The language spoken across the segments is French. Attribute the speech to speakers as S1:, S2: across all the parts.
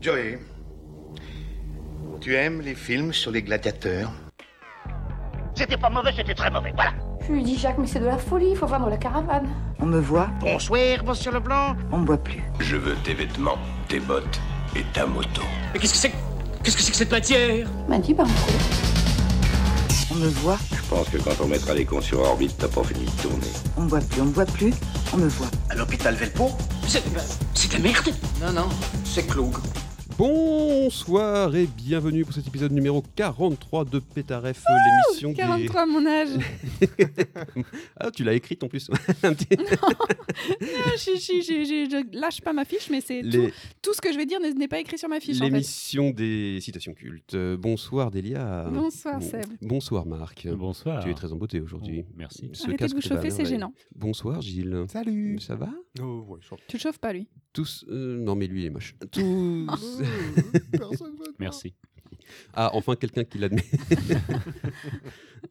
S1: Joey, tu aimes les films sur les gladiateurs
S2: C'était pas mauvais, c'était très mauvais, voilà.
S3: Je lui dis, Jacques, mais c'est de la folie, il faut vendre la caravane.
S4: On me voit,
S2: Bonsoir, monsieur Leblanc.
S4: on me voit plus.
S5: Je veux tes vêtements, tes bottes et ta moto.
S6: Mais qu'est-ce que c'est que- Qu'est-ce que c'est que cette matière
S3: M'a dit, ben,
S4: On me voit,
S5: Je pense que quand on mettra les cons sur orbite, t'as pas fini de tourner.
S4: on me voit plus, on me voit plus, on me voit.
S7: À l'hôpital Velpo
S6: C'est c'est de la merde
S7: Non, non, c'est Cloug.
S8: Bonsoir et bienvenue pour cet épisode numéro 43 de Pétaref, l'émission qui est-
S9: 43 mon âge.
S8: Ah, tu l'as écrite en plus. Un petit-
S9: Ah, je, je- je- je- je lâche pas ma fiche, mais c'est tout,
S8: Les-
S9: tout ce que je vais dire n'est- n'est pas écrit sur ma fiche. En fait.
S8: L'émission des citations cultes. Euh, Bonsoir Delia.
S9: Bonsoir
S8: Bon-
S9: Seb.
S8: Bonsoir Marc.
S10: Bonsoir.
S8: Tu es très en beauté aujourd'hui.
S10: Oh, merci.
S8: Ce
S9: Arrêtez de
S8: casque
S9: vous
S8: te va à
S9: chauffer, c'est
S8: merveille.
S9: gênant.
S8: Bonsoir Gilles.
S10: Salut.
S8: Ça va
S9: Tu le chauffes pas lui.
S8: Tous. euh, non, mais lui, il est moche.
S9: Oh.
S8: Tous.
S10: Merci.
S8: ah, enfin quelqu'un qui l'admet.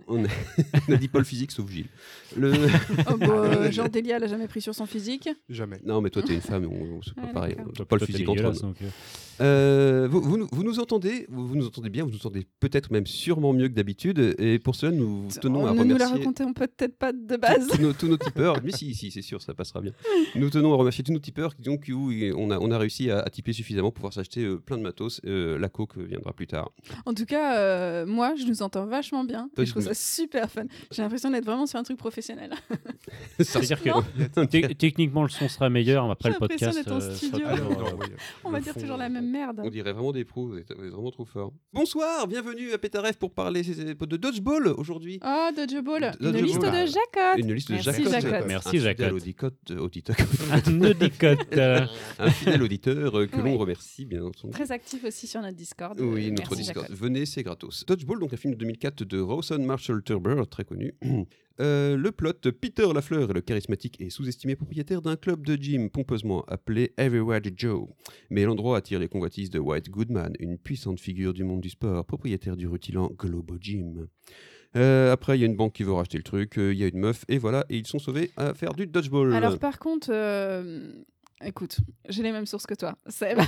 S8: On a dit Paul physique sauf Gilles. Le...
S9: Oh, bah, euh, genre Delia l'a jamais pris sur son physique.
S11: Jamais.
S8: Non, mais toi t'es une femme, on, on se
S9: Ouais,
S8: pareil.
S9: d'accord.
S8: Paul physique entre hommes. Euh, vous, vous nous- vous nous entendez, vous, vous nous entendez bien, vous nous entendez peut-être même sûrement mieux que d'habitude, et pour cela nous vous tenons
S9: on
S8: à
S9: ne nous la
S8: remercier
S9: racontait peut-être pas de base.
S8: tous, tous nos, tous nos tipeurs. Mais si, si, c'est sûr, ça passera bien. Nous tenons à remercier tous nos tipeurs qui donc où on a, on a réussi à, à tiper suffisamment pour pouvoir s'acheter euh, plein de matos. Euh, la coke viendra plus tard.
S9: En tout cas, euh, moi, je nous entends vachement bien.
S8: Toi,
S9: et
S8: tu
S9: je trouve
S8: nous-
S9: ça super fun. J'ai l'impression d'être vraiment sur un truc professionnel.
S8: Ça-
S10: C'est-à-dire que
S9: Non.
S10: te- techniquement, le son sera meilleur après
S9: J'ai
S10: le podcast.
S9: l'impression d'être en
S10: euh,
S9: studio.
S10: sera
S11: Ah, non,
S10: toujours,
S11: non,
S10: euh,
S11: oui.
S9: On va dire toujours
S11: euh,
S9: la même merde.
S8: On dirait vraiment des pros, vous êtes, vous êtes vraiment trop forts. Bonsoir, bienvenue à Pétaref pour parler de dodgeball aujourd'hui.
S9: Oh, Dodgeball,
S8: Dodgeball.
S9: une liste de jacottes.
S8: Une liste de
S9: Merci,
S8: jacottes.
S9: jacottes.
S10: Merci,
S8: Un fidèle
S10: jacottes.
S8: audicote- euh, auditeur-
S10: Un audicote. euh,
S8: un fidèle auditeur euh, que l'on
S9: Oui.
S8: remercie bien entendu.
S9: Très actif aussi sur notre Discord.
S8: Oui,
S9: Euh,
S8: notre
S9: merci,
S8: Discord.
S9: jacottes.
S8: Venez, c'est gratos. Dodgeball, donc un film de 2004 de Rawson Marshall Turber, très connu. Euh, le plot, Peter Lafleur est le charismatique et sous-estimé propriétaire d'un club de gym pompeusement appelé Everywhere Joe. Mais l'endroit attire les convoitises de White Goodman, une puissante figure du monde du sport, propriétaire du rutilant Globo Gym. Euh, après, il y a une banque qui veut racheter le truc, euh, il y a une meuf, et voilà, et ils sont sauvés à faire du dodgeball.
S9: Alors par contre, euh, écoute, j'ai les mêmes sources que toi, Seb,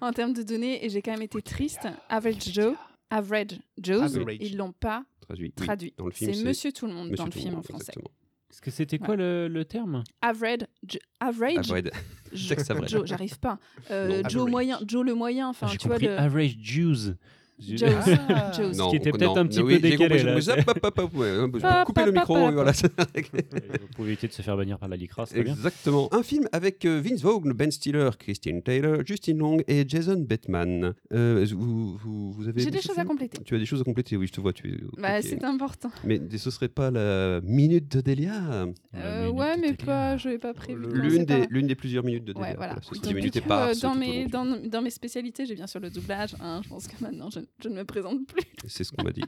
S9: en termes de données, et j'ai quand même été triste. Average Joe, Average Joe's,
S11: Average.
S9: ils l'ont pas
S8: Traduit, oui.
S9: traduit.
S8: Dans le film,
S9: C'est
S8: c'est
S9: Monsieur Tout le Monde
S8: Monsieur
S9: dans le
S8: Tout
S9: film
S8: monde,
S9: en français.
S8: exactement.
S10: Parce que c'était quoi le, le terme
S9: Average, Jo-
S8: Ah,
S9: average
S8: ouais,
S9: Jo-
S8: Jack Average.
S9: Joe, j'arrive pas. Euh,
S8: Non,
S9: Joe
S11: average.
S9: moyen, Joe le moyen, enfin
S10: J'ai
S9: tu vois
S10: compris
S9: le
S10: Average Jews. Je-
S9: Joe's.
S11: Ah.
S9: Joe's.
S8: Non,
S10: qui était
S8: on-
S10: peut-être
S8: non,
S10: un petit
S8: oui,
S10: peu
S8: j'ai
S10: décalé,
S8: compris,
S10: là.
S8: j'ai compris, hop, hop, hop, ouais, on peut
S9: Hop,
S8: couper
S9: hop,
S8: le
S9: hop,
S8: micro,
S9: hop.
S8: et voilà.
S10: Vous pouvez éviter de se faire bannir par la Lycra, c'est bien.
S8: Exactement. Un film avec euh, Vince Vaughn, Ben Stiller, Christine Taylor, Justin Long et Jason Bateman. Euh, vous, vous, vous avez
S9: J'ai
S8: vu
S9: des
S8: ce
S9: choses à
S8: film
S9: compléter.
S8: Tu as des choses à compléter, oui, je te vois. Tu...
S9: Bah,
S8: ok.
S9: C'est important.
S8: Mais ce serait pas la minute de Delia
S9: Euh, ouais, mais pas, je l'ai pas prévu. non,
S8: L'une
S9: c'est pas
S8: des,
S9: vrai.
S8: l'une des plusieurs minutes de Delia.
S9: Ouais, voilà.
S8: Voilà, ce
S9: Donc,
S8: sera des
S9: du
S8: minutes
S9: coup,
S8: éparses, tout
S9: euh, dans,
S8: au long
S9: mes,
S8: du-
S9: dans, dans mes spécialités, j'ai bien sûr le doublage. hein, je pense que maintenant, je, je ne me présente plus.
S8: C'est ce qu'on m'a dit.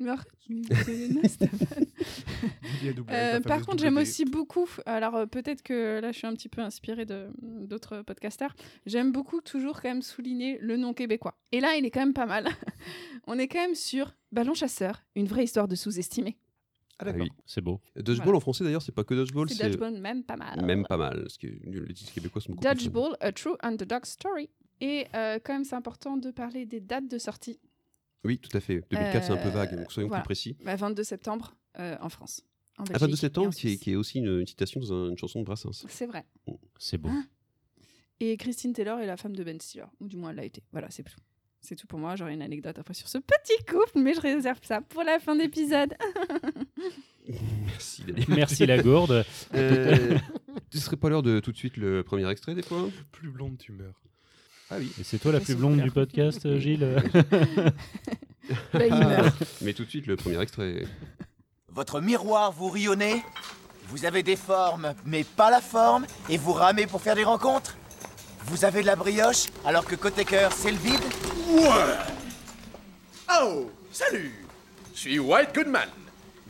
S9: Mais arrête, c'est les nasses, ta vanne.
S11: Julia Dublin,
S9: Euh,
S11: la
S9: par
S11: fameuse
S9: contre,
S11: double
S9: j'aime
S11: D.
S9: aussi beaucoup, alors euh, peut-être que là je suis un petit peu inspirée de- d'autres podcasters, j'aime beaucoup toujours quand même souligner le nom québécois. Et là, il est quand même pas mal. On est quand même sur Ballon Chasseur, une vraie histoire de sous-estimé.
S11: Ah,
S8: Ah
S11: d'accord.
S8: oui.
S10: C'est beau.
S8: Dodgeball
S9: Voilà.
S8: en français d'ailleurs, c'est pas que Dodgeball,
S9: C'est Dodgeball, même pas mal.
S8: même pas mal. Parce que les titres québécois sont beaucoup plus-
S9: Dodgeball, a true underdog story. Et euh, quand même, c'est important de parler des dates de sortie.
S8: Oui, tout à fait. 2004, c'est un peu
S9: Euh,
S8: vague, donc soyons
S9: voilà.
S8: plus précis.
S9: Bah, 22 septembre euh, en France. En
S8: À
S9: Belgique
S8: 22
S9: et
S8: Ah, septembre,
S9: en
S8: qui est,
S9: Suisse.
S8: qui est aussi une, une citation dans un- une chanson de Brassens.
S9: C'est vrai.
S10: C'est
S9: Hein
S10: beau.
S9: Et Christine Taylor est la femme de Ben Stiller, ou du moins elle l'a été. Voilà, c'est tout. C'est tout pour moi. J'aurai une anecdote après sur ce petit couple, mais je réserve ça pour la fin d'épisode.
S8: Merci, Daniel.
S10: Merci la gourde.
S8: Euh, ce serait pas l'heure de tout de suite le premier extrait des fois
S11: Plus blonde, tu meurs.
S8: Ah oui.
S10: Et c'est toi la
S9: C'est
S10: plus blonde
S9: super.
S10: du podcast, euh, Gilles
S9: Bah, il meurt.
S8: Mais tout de suite le premier extrait.
S7: Votre miroir vous rionnez Vous avez des formes, mais pas la forme, et vous ramez pour faire des rencontres Vous avez de la brioche, alors que côté cœur, c'est le vide
S5: Oh, salut Je suis White Goodman,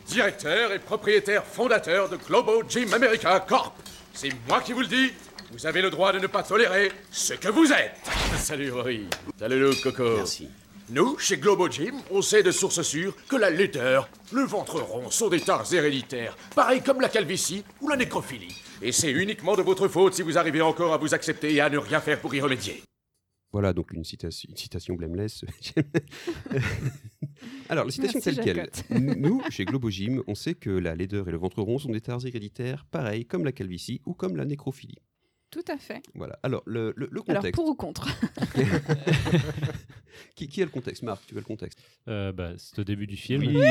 S5: directeur et propriétaire fondateur de Globo Gym America Corp. C'est moi qui vous le dis, vous avez le droit de ne pas tolérer ce que vous êtes. Salut Rory. Salut le Coco. Merci. Nous, chez Globo Gym, on sait de sources sûres que la laideur, le ventre rond sont des tares héréditaires, pareil comme la calvitie ou la nécrophilie. Et c'est uniquement de votre faute si vous arrivez encore à vous accepter et à ne rien faire pour y remédier.
S8: Voilà donc une citation, une citation blameless. Alors, la citation
S9: Merci,
S8: telle quelle.
S9: Jacotte.
S8: Nous, chez Globogym, on sait que la laideur et le ventre rond sont des tares héréditaires, pareil comme la calvitie ou comme la nécrophilie.
S9: Tout à fait.
S8: Voilà. Alors, le, le- le
S9: Alors,
S8: contexte.
S9: pour ou contre
S8: qui, qui a le contexte Marc, tu veux le contexte
S10: Euh, bah, c'est au début du film.
S8: Oui.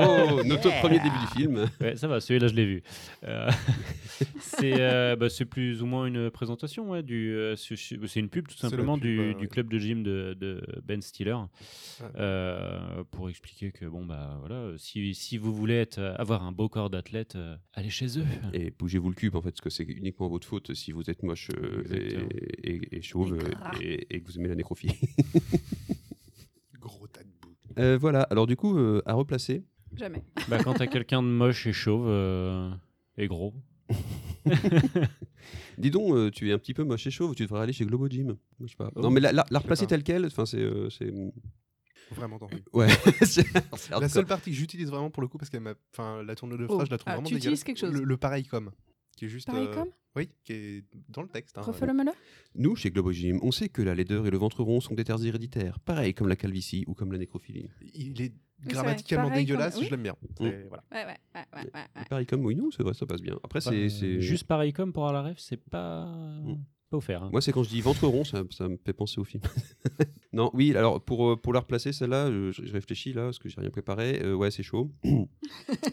S8: Oh, oh, notre premier début du film.
S10: Ouais, ça va, celui-là, je l'ai vu. Euh, c'est euh, bah, c'est plus ou moins une présentation, ouais, du, euh, c'est c'est une pub tout
S11: C'est la
S10: simplement
S11: pub,
S10: du,
S11: ouais,
S10: du
S11: ouais.
S10: club de gym de, de Ben Stiller,
S11: Ouais.
S10: euh, pour expliquer que bon bah voilà, si, si vous voulez être, euh, avoir un beau corps d'athlète, euh, allez chez eux.
S8: Et bougez-vous le cul, en fait, parce que c'est uniquement votre faute si vous êtes moche euh,
S10: Exactement.
S8: et, et- et chauve
S10: Et
S8: euh,
S10: gras.
S8: et, et que vous aimez la nécrophilie.
S11: Gros tas de boue.
S8: Euh, voilà. Alors, du coup, euh, à replacer.
S9: Jamais.
S10: Bah, quand t'as quelqu'un de moche et chauve euh, et gros,
S8: Dis donc, euh, tu es un petit peu moche et chauve, tu devrais aller chez Globo Gym. Je sais pas.
S11: Oh,
S8: non, mais la, la,
S11: je sais
S8: la replacer
S11: pas.
S8: telle quelle, enfin, c'est. euh, c'est-
S11: Vraiment d'envie.
S8: ouais. c'est- c'est
S11: La
S8: hardcore.
S11: seule partie que j'utilise vraiment pour le coup, parce qu'elle m'a. Enfin, la tournure de phrase,
S9: Oh.
S11: je la trouve
S9: Ah,
S11: vraiment
S9: tu utilises
S11: dégueulasse.
S9: quelque chose.
S11: Le, le pareil comme. Qui est juste. euh,
S9: Pareil comme
S11: Oui, qui est dans le texte. hein.
S9: Refais-le-moi-le.
S8: Nous, chez Globo Gym, on sait que la laideur et le ventre rond sont des terres héréditaires, pareil comme la calvitie ou comme la nécrophilie.
S11: Il est
S9: c'est vrai,
S11: grammaticalement
S9: pareil comme-
S11: dégueulasse,
S9: oui.
S11: je l'aime bien.
S8: Mm.
S11: C'est- voilà.
S9: Ouais, ouais, ouais, ouais, ouais, ouais.
S8: Pareil comme, oui, non, c'est vrai, ça passe bien. Après, c'est.
S11: Bah,
S10: euh,
S8: c'est-
S10: juste pareil comme pour la ref, c'est pas
S11: Mm.
S10: pas offert. hein.
S8: Moi, c'est quand je dis ventre rond, ça, ça me fait penser au film. non, oui, alors pour, euh, pour la replacer, celle-là, euh, je, je réfléchis là, parce que j'ai rien préparé. Euh, ouais, c'est chaud.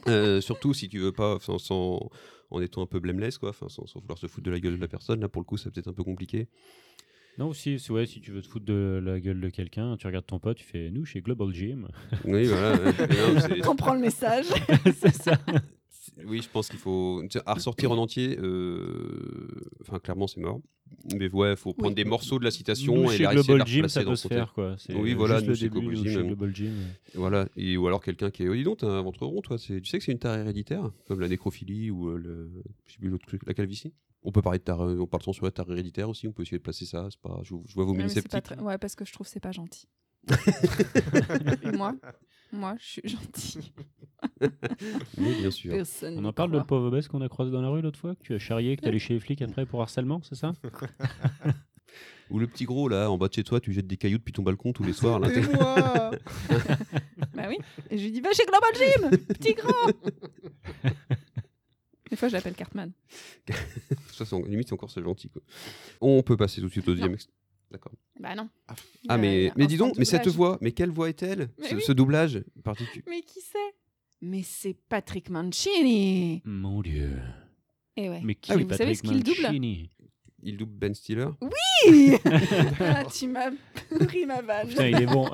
S8: Euh, surtout si tu veux pas, enfin, sans, en étant un peu blameless, quoi, enfin, sans, sans vouloir se foutre de la gueule de la personne. Là, pour le coup, c'est peut-être un peu compliqué.
S10: Non, si, si- ouais, si tu veux te foutre de la gueule de quelqu'un, tu regardes ton pote, tu fais nous chez Global Gym.
S8: Oui, voilà. ouais. Non, c'est-
S9: Comprends le message.
S10: c'est ça.
S8: Oui, je pense qu'il faut. tu sais, À ressortir en entier, euh, enfin, clairement, c'est mort. Mais ouais, il faut prendre des morceaux de la citation
S10: Nous
S8: et
S10: chez
S8: la essayer de la
S10: Global Gym,
S8: replacer
S10: ça
S8: dans
S10: peut se
S8: son
S10: faire
S8: texte.
S10: quoi. C'est
S8: Oui, voilà,
S10: juste
S8: nous,
S10: le
S8: chez
S10: début,
S8: Global
S10: nous,
S8: Gym.
S10: chez Global Gym.
S8: Voilà, et, ou alors quelqu'un qui est. Oh, dis donc, t'as un ventre rond, toi. c'est- Tu sais que c'est une tare héréditaire, comme la nécrophilie ou euh, le. Je sais plus l'autre truc, la calvitie. On peut parler de tare. On parle de sur la tare héréditaire aussi, on peut essayer de placer ça. c'est Pas... Je, je vois vos
S9: Ouais, Ah, mais c'est pas
S8: milliceptiques.
S9: très- Ouais, parce que je trouve que c'est pas gentil. moi, moi, je suis gentille.
S8: Oui, bien sûr.
S9: Personne.
S10: On
S9: n'y
S10: en parle de
S9: croit.
S10: le pauvre obèse qu'on a croisé dans la rue l'autre fois, que tu as charrié, que t'es allé chez les flics après pour harcèlement, c'est ça
S8: Ou le petit gros, là, en bas de chez toi, tu jettes des cailloux depuis ton balcon tous les soirs. Là, t'es-
S11: Et moi
S9: Bah oui. Et je lui dis, va chez Global Gym, petit grand. Des fois, je l'appelle Cartman.
S8: ça, c'est en- limite, c'est encore ça gentil. Quoi. On peut passer tout de suite au deuxième. ex- D'accord.
S9: Bah non.
S11: Ah.
S9: Il y
S8: Ah,
S9: a- il y
S8: mais,
S9: a
S8: mais
S9: un
S8: dis donc,
S9: instant
S8: mais cette
S9: doublage.
S8: voix, mais quelle voix est-elle
S9: Mais
S8: ce,
S9: oui.
S8: ce doublage particulier.
S9: Mais qui c'est Mais c'est Patrick Mancini.
S10: Mon Dieu.
S9: Et ouais.
S10: Mais qui
S9: Ah oui,
S10: est
S9: vous savez
S10: Patrick
S9: ce qu'il double
S10: Mancini
S8: Il double Ben Stiller.
S9: ah, tu m'as pris ma vanne.
S10: Putain, il est bon.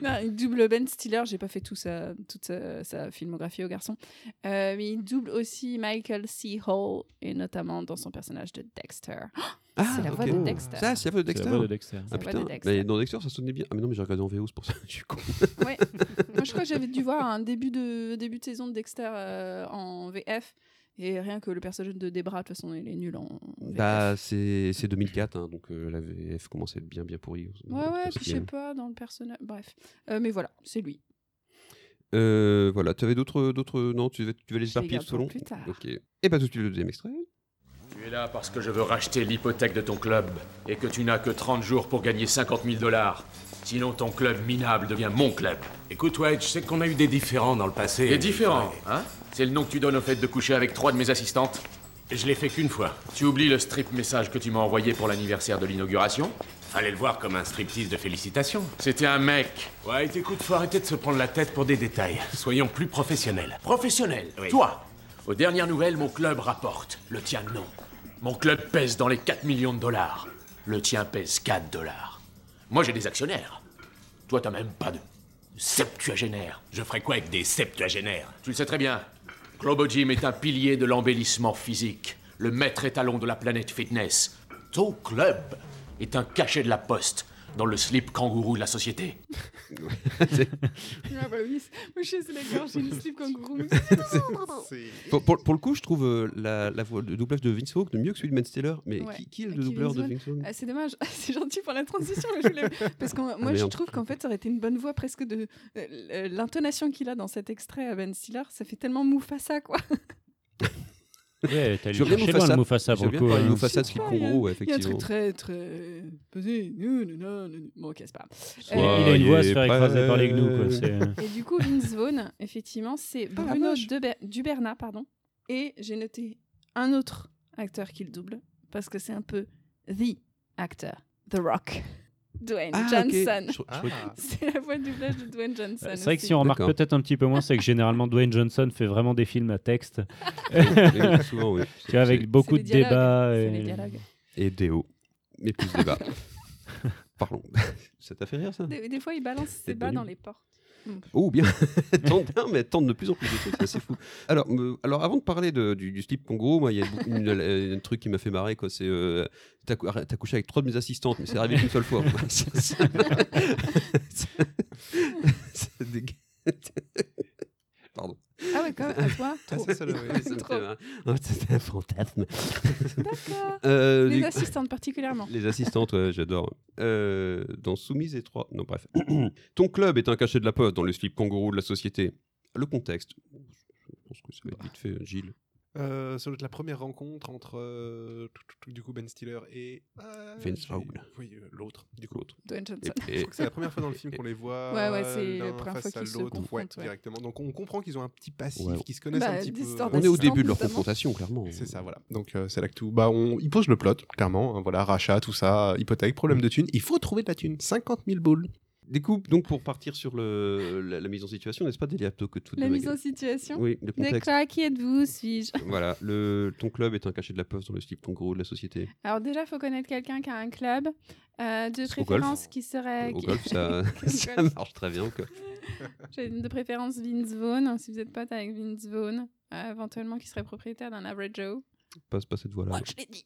S9: Non, il double Ben Stiller, j'ai pas fait tout sa, toute sa, sa filmographie au garçon. Euh, mais il double aussi Michael C. Hall, et notamment dans son personnage de Dexter.
S8: Ah,
S9: c'est la voix
S8: ok.
S9: de Dexter.
S8: Ça, c'est la voix de
S10: C'est
S8: Dexter.
S10: la voix de Dexter.
S8: Ah
S9: la voix de
S8: putain,
S9: Dexter.
S8: mais dans Dexter ça sonnait bien. Ah mais non mais j'ai regardé en VO, c'est pour ça, je suis con.
S9: Ouais. Moi, je crois que j'avais dû voir un début de, début de saison de Dexter euh, en VF. Et rien que le personnage de Debra, de toute façon, il est nul en VF.
S8: Bah c'est c'est 2004, hein, donc euh, la VF commençait à être bien bien pourrie. hein,
S9: ouais, ouais,
S8: Parce
S9: puis je
S8: qu'il y
S9: sais
S8: a-
S9: pas, dans le personnage. Bref. Euh, mais voilà, c'est lui.
S8: Euh, voilà, tu avais d'autres d'autres non, tu vas tu vas les
S9: Je les
S8: éparpiller
S9: garde
S8: tout au
S9: pour
S8: long.
S9: plus tard.
S8: Ok. Et pas tout de suite le deuxième extrait.
S5: Tu es là parce que je veux racheter l'hypothèque de ton club et que tu n'as que 30 jours pour gagner 50 000 dollars. Sinon, ton club minable devient mon club.
S12: Écoute, Wedge, je sais qu'on a eu des différends dans le passé.
S5: Et différent, hein C'est le nom que tu donnes au fait de coucher avec trois de mes assistantes
S12: Je l'ai fait qu'une fois.
S5: Tu oublies le strip message que tu m'as envoyé pour l'anniversaire de l'inauguration
S12: Fallait le voir comme un striptease de félicitations.
S5: C'était un mec.
S12: Ouais, écoute, faut arrêter de se prendre la tête pour des détails. Soyons plus professionnels. Professionnels
S5: Oui.
S12: Toi
S5: Aux dernières nouvelles, mon club rapporte. Le tien, non. Mon club pèse dans les 4 millions de dollars. Le tien pèse 4 dollars. Moi, j'ai des actionnaires. Toi, t'as même pas de septuagénaire.
S12: Je ferai quoi avec des septuagénaires
S5: Tu le sais très bien. Globo Gym est un pilier de l'embellissement physique, le maître étalon de la planète fitness. Ton club est un cachet de la poste dans le slip kangourou de la société.
S9: Ah bah oui, moi je suis sur la gorge, j'ai une slip kangourou.
S8: Pour, pour- pour le coup, je trouve euh, la, la voix de doublage de Vince Vaughn mieux que celui de Ben Stiller, mais
S9: Ouais.
S8: qui, qui est le
S9: Qui est
S8: doubleur de
S9: Vince
S8: Vince Vaughn
S9: Ah, c'est dommage, c'est gentil pour la transition, mais je voulais- parce que moi je
S8: Ah, merde.
S9: trouve qu'en fait ça aurait été une bonne voix presque de euh, l'intonation qu'il a dans cet extrait à Ben Stiller, ça fait tellement Mufasa quoi.
S10: Ouais, t'as allé
S8: Je veux bien
S10: chercher
S8: Mufasa.
S10: loin, le Mufasa,
S8: Je
S10: pour
S8: veux bien
S10: le coup,
S8: parler de
S10: hein.
S8: Mufasa, ce qui
S9: Ah,
S8: prend
S9: il y a-
S8: gros,
S9: Il y a un truc
S8: effectivement.
S9: très, très pesé. Non, non, non, non, non. Bon, ok, c'est pas grave.
S10: Il a une voix à se faire écraser par les gnous, quoi.
S8: Soyez
S10: c'est-
S9: Et du coup, Vince Vaughn, effectivement, c'est
S8: Ah, la
S9: Bruno Debe- Duberna, pardon. Et j'ai noté un autre acteur qui le double, parce que c'est un peu The acteur, The Rock, Dwayne
S8: Ah, ok.
S9: Johnson.
S8: Je- je croyais que-
S9: C'est la voix de doublage de Dwayne Johnson.
S10: Ah. C'est vrai que
S9: aussi.
S10: si on remarque
S8: D'accord.
S10: peut-être un petit peu moins, c'est que généralement Dwayne Johnson fait vraiment des films à texte.
S8: Oui, souvent, oui.
S10: Tu vois, avec beaucoup
S9: les
S10: de
S9: dialogues,
S10: débats.
S9: c'est
S10: et-
S9: les dialogues.
S8: Et Déo. Mais plus débat. Parlons. ça t'a fait rire, ça
S9: Des, des fois, il balance ses
S8: C'est
S9: bas
S8: devenu-
S9: dans les portes.
S8: Oh bien, tant, non, mais tant de plus en plus de trucs, c'est assez fou. Alors, me- alors avant de parler de- du, du slip Congo, moi, il y a beaucoup- une- euh, un truc qui m'a fait marrer, quoi. C'est euh, t'as cou- arrête, t'as couché avec trois de mes assistantes, mais c'est arrivé une seule fois. C'est- c'est- c'est dégueu. Pardon.
S9: Ah ouais, quand même, à toi,
S8: Ah,
S9: trop.
S8: c'est ça, le- oui, ça me
S9: Trop.
S8: fait marrer. Ah, C'était un fantasme.
S9: D'accord.
S8: Euh,
S9: les
S8: du-
S9: assistantes particulièrement.
S8: Les assistantes, ouais, j'adore. Euh, dans Soumise et 3. Non, bref. Ton club est un cachet de la poste dans le slip kangourou de la société. Le contexte. Je pense que ça va être vite fait, Gilles.
S11: Euh, ça doit être la première rencontre entre euh, tout, tout, tout, du coup Ben Stiller et euh,
S8: Vince
S11: j'ai-
S8: Vaughn.
S11: Oui, euh, l'autre. Du coup,
S8: L'autre.
S9: Dwayne
S8: Et-
S9: Johnson.
S8: et-
S11: Je crois que c'est la première fois dans le film qu'on les voit
S9: Ouais, ouais, c'est
S11: euh,
S9: la
S11: l'un
S9: première
S11: face
S9: fois
S11: à
S9: qu'ils se
S11: l'autre, ouais,
S9: confrontent, ouais.
S11: directement. Donc on comprend qu'ils ont un petit passif,
S8: Ouais.
S11: qu'ils se connaissent
S9: Bah,
S11: un petit
S9: des
S11: peu.
S9: histoires
S11: euh,
S8: On est au
S9: Assistante,
S8: début de leur
S9: notamment.
S8: confrontation, clairement.
S11: C'est ça, voilà. Donc euh, c'est là que tout. Bah, on... Ils posent le plot, clairement. hein, voilà, rachat, tout ça, hypothèque, problème
S8: Mm.
S11: de thune. Il faut trouver de la thune. 50 000 boules.
S8: Découpe, donc, pour partir sur le, la, la mise en situation, n'est-ce pas, Delia, plutôt que tout
S9: La mise en situation.
S8: Oui, le contexte.
S9: D'accord, qui êtes-vous Suis-je
S8: Voilà, le, ton club est un cachet de la poste dans le slip kangourou de la société.
S9: Alors déjà, faut connaître quelqu'un qui a un club euh, de
S8: Au golf.
S9: préférence qui serait.
S8: Au
S9: qui-
S8: golf, ça,
S9: Au
S8: ça
S9: Ah, golf.
S8: marche très bien. Quoi.
S9: J'ai de préférence Vince Vaughn. hein, Si vous êtes pote avec Vince Vaughn, euh, éventuellement qui serait propriétaire d'un Average Joe.
S8: Passe pas cette voie-là.
S9: Oh, je l'ai dit.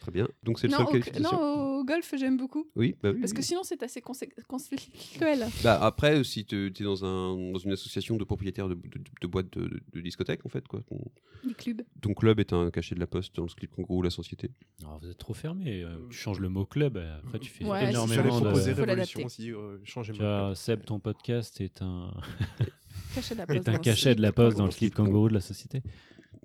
S8: Très bien. Donc, c'est le
S9: Non,
S8: seul
S9: au,
S8: qualification.
S9: non, au golf, j'aime beaucoup.
S8: Oui, bah oui.
S9: Parce que
S8: oui.
S9: sinon, c'est assez consé- conflictuel.
S8: Bah après, si tu es dans, un, dans une association de propriétaires de, de- de boîtes de, de- de discothèques, en fait, quoi. Ton,
S9: Les clubs.
S8: ton club est un cachet de la poste dans le slip kangourou, la société.
S10: Alors, Ah, vous êtes trop fermé. euh, Tu changes le mot club, euh, après tu fais
S9: Ouais, c'est
S11: Il fallait
S10: énormément
S11: proposer
S10: de.
S9: Faut
S11: Révolution
S9: l'adapter.
S11: aussi, euh, changer
S10: Tu
S11: le mot.
S10: vois, Seb, ton podcast est un,
S9: Cachet de la poste.
S10: est un
S9: dans le
S10: cachet de la
S9: slip.
S10: poste dans le slip kangourou de la société.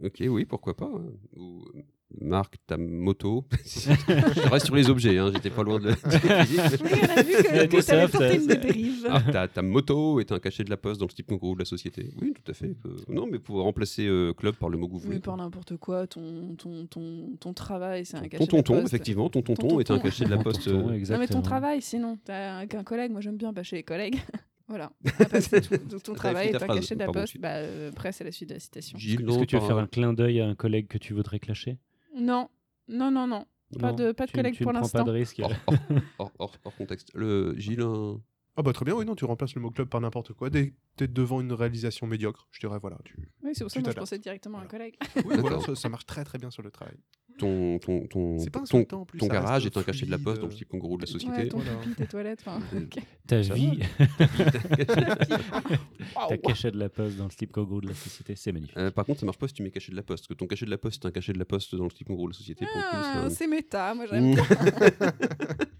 S8: Ok, oui, pourquoi pas. hein. Ou euh, Marc, ta moto. Je reste sur les objets, hein, j'étais pas loin de.
S9: Oui, on a vu que, que
S10: Microsoft,
S9: t'avais tenté une
S10: ça-
S9: dérive.
S8: Ah, ta, ta moto est un cachet de la poste dans le slip kangourou de la société. Oui, tout à fait. euh, non, mais pour remplacer euh, club par le mot que vous
S9: Mais
S8: voulez.
S9: par n'importe quoi, ton, ton, ton, ton travail, c'est un cachet
S8: Ton
S9: de la
S8: tonton,
S9: poste.
S8: effectivement, ton
S9: Ton
S8: tonton est un
S9: tonton.
S8: cachet de la poste. euh,
S9: Non, mais ton travail, sinon, t'as un, un collègue, moi j'aime bien bâcher les collègues. voilà. Après, Ah, bah, c'est tout. Donc, ton
S8: T'avais
S9: travail
S8: fini ta
S9: est un
S8: phrase.
S9: cachet de la
S8: Pardon,
S9: poste.
S8: tu-
S9: Bah, euh, après, c'est la suite de la citation.
S8: Gilles,
S10: Est-ce que
S8: non,
S10: tu veux
S8: par
S10: faire
S8: un-
S10: un clin d'œil à un collègue que tu voudrais clasher
S9: Non, non, non, non. Pas
S10: Non,
S9: de- pas de
S10: tu-
S9: collègue
S10: tu ne
S9: pour
S10: prends
S9: l'instant.
S10: Pas de risque.
S8: Hors, hors- hors- hors- hors contexte. Le Gilles, un-
S11: Ah bah très bien, oui, non, tu remplaces le mot club par n'importe quoi. Dès que t'es devant une réalisation médiocre, je dirais, voilà. Tu...
S9: Oui, c'est pour
S11: Tu
S9: ça que moi, je
S11: t'adaptes.
S9: pensais directement à un
S11: Voilà.
S9: collègue.
S11: Oui, voilà,
S8: D'accord.
S11: ça, ça marche très très bien sur le travail.
S8: ton, ton, ton,
S11: C'est pas
S8: ton-
S11: insultant en plus.
S8: ton
S11: ça reste
S8: garage est un cachet de la
S11: fluide,
S8: poste dans
S11: euh,
S8: le slip kangourou de la société.
S9: Ouais, ton
S11: Voilà.
S9: pipi, tes toilettes. Enfin,
S8: Euh,
S9: ok.
S10: Ta
S11: Ça
S10: vie, ta
S11: Waouh.
S10: cachette de la poste dans le slip kangourou de la société, c'est magnifique.
S8: Euh, par contre, ça marche pas si tu mets cachet de la poste. parce que ton cachet de la poste, c'est un cachet de la poste dans le slip kangourou de la société. pour le coup,
S9: Ah,
S8: c'est
S9: c'est méta, moi
S8: un-
S9: j'aime.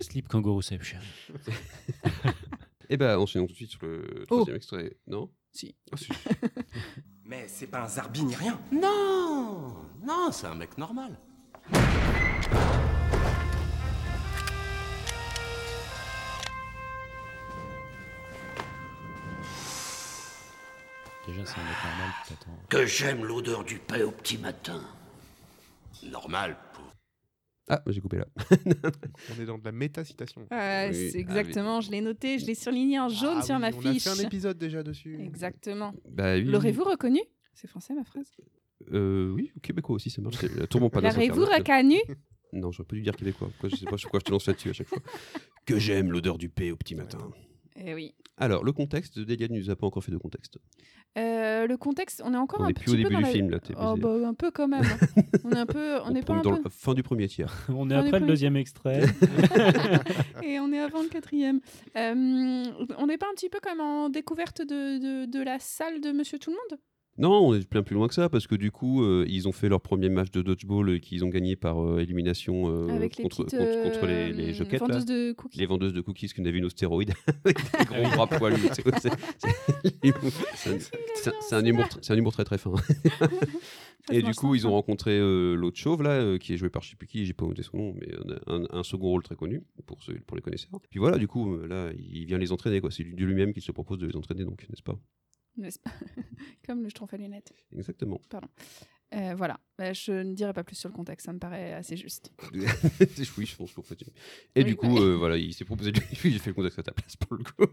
S10: Slip kangourou, c'est cher.
S8: Eh ben, enchaînons tout de suite sur le troisième extrait. Non
S9: Oh. Si.
S8: Ah, si.
S12: Mais c'est pas un zarbi ni rien. Non, non, c'est un mec normal.
S10: Déjà, c'est un mec normal qui t'attend.
S6: Que j'aime l'odeur du pain au petit matin.
S12: Normal, pauvre.
S8: Ah, j'ai coupé là.
S11: On est dans de la métacitation.
S9: Ouais,
S8: Oui,
S9: c'est exactement, je l'ai noté, je l'ai surligné en jaune
S11: Ah
S9: sur
S11: oui,
S9: ma fiche.
S11: On a fait un épisode déjà dessus.
S9: Exactement.
S8: Bah oui.
S9: L'aurez-vous reconnu C'est français ma phrase.
S8: Euh, Oui, au québécois aussi, ça marche. C'est- euh, Tournons pas dans un
S9: L'aurez-vous
S8: carnage.
S9: reconnu
S8: Non, j'aurais pas dû dire québécois. Pourquoi je sais pas pourquoi je te lance là-dessus à chaque fois. Que j'aime l'odeur du paix au petit matin.
S9: Eh oui.
S8: Alors, le contexte, Delia ne nous a pas encore fait de contexte.
S9: Euh, le contexte, on est encore
S8: on
S9: un
S8: est
S9: petit
S8: plus au
S9: peu
S8: début
S9: dans
S8: du
S9: la-
S8: film là. t'es
S9: Oh,
S8: baisé.
S9: bah, un peu quand même. hein. on est un peu, on n'est pas
S8: prend
S9: un
S8: dans
S9: peu.
S8: la fin du premier tiers.
S10: On
S9: On est
S10: est après le
S9: plus-
S10: deuxième extrait.
S9: Et Eh, on est avant le quatrième. Euh, on n'est pas un petit peu comme en découverte de, de, de la salle de Monsieur Tout le Monde
S8: Non, on est bien plus loin que ça, parce que du coup, euh, ils ont fait leur premier match de dodgeball euh, qu'ils ont gagné par euh, élimination euh,
S9: Avec les
S8: contre,
S9: petites,
S8: contre- contre les, les
S9: euh,
S8: joquettes, là.
S9: vendeuses de cookies.
S8: Les vendeuses de cookies, ce qu'on a vu nos stéroïdes, avec des gros bras poilus. C'est- c'est- c'est- c'est- C'est un- c'est un, humour tr- c'est un humour très très fin.
S9: se
S8: Et du
S9: mange
S8: coup, ils ont rencontré euh, l'autre chauve, là, euh, qui est joué par je sais plus qui, j'ai pas noté son nom, mais un, un- un second rôle très connu pour, ceux, pour les connaisseurs. Puis voilà, du coup, euh, là, il vient les entraîner, quoi. C'est de lui-même qui se propose de les entraîner, donc, n'est-ce pas
S9: n'est-ce pas Comme le schtroumpf à lunettes.
S8: Exactement.
S9: Pardon. Euh, voilà, Euh, je ne dirai pas plus sur le contexte, ça me paraît assez juste.
S8: oui, je pense qu'on peut dire. Et
S9: Oui,
S8: du coup,
S9: ouais.
S8: euh, voilà, il s'est proposé de lui, j'ai fait le contexte à ta place pour le coup.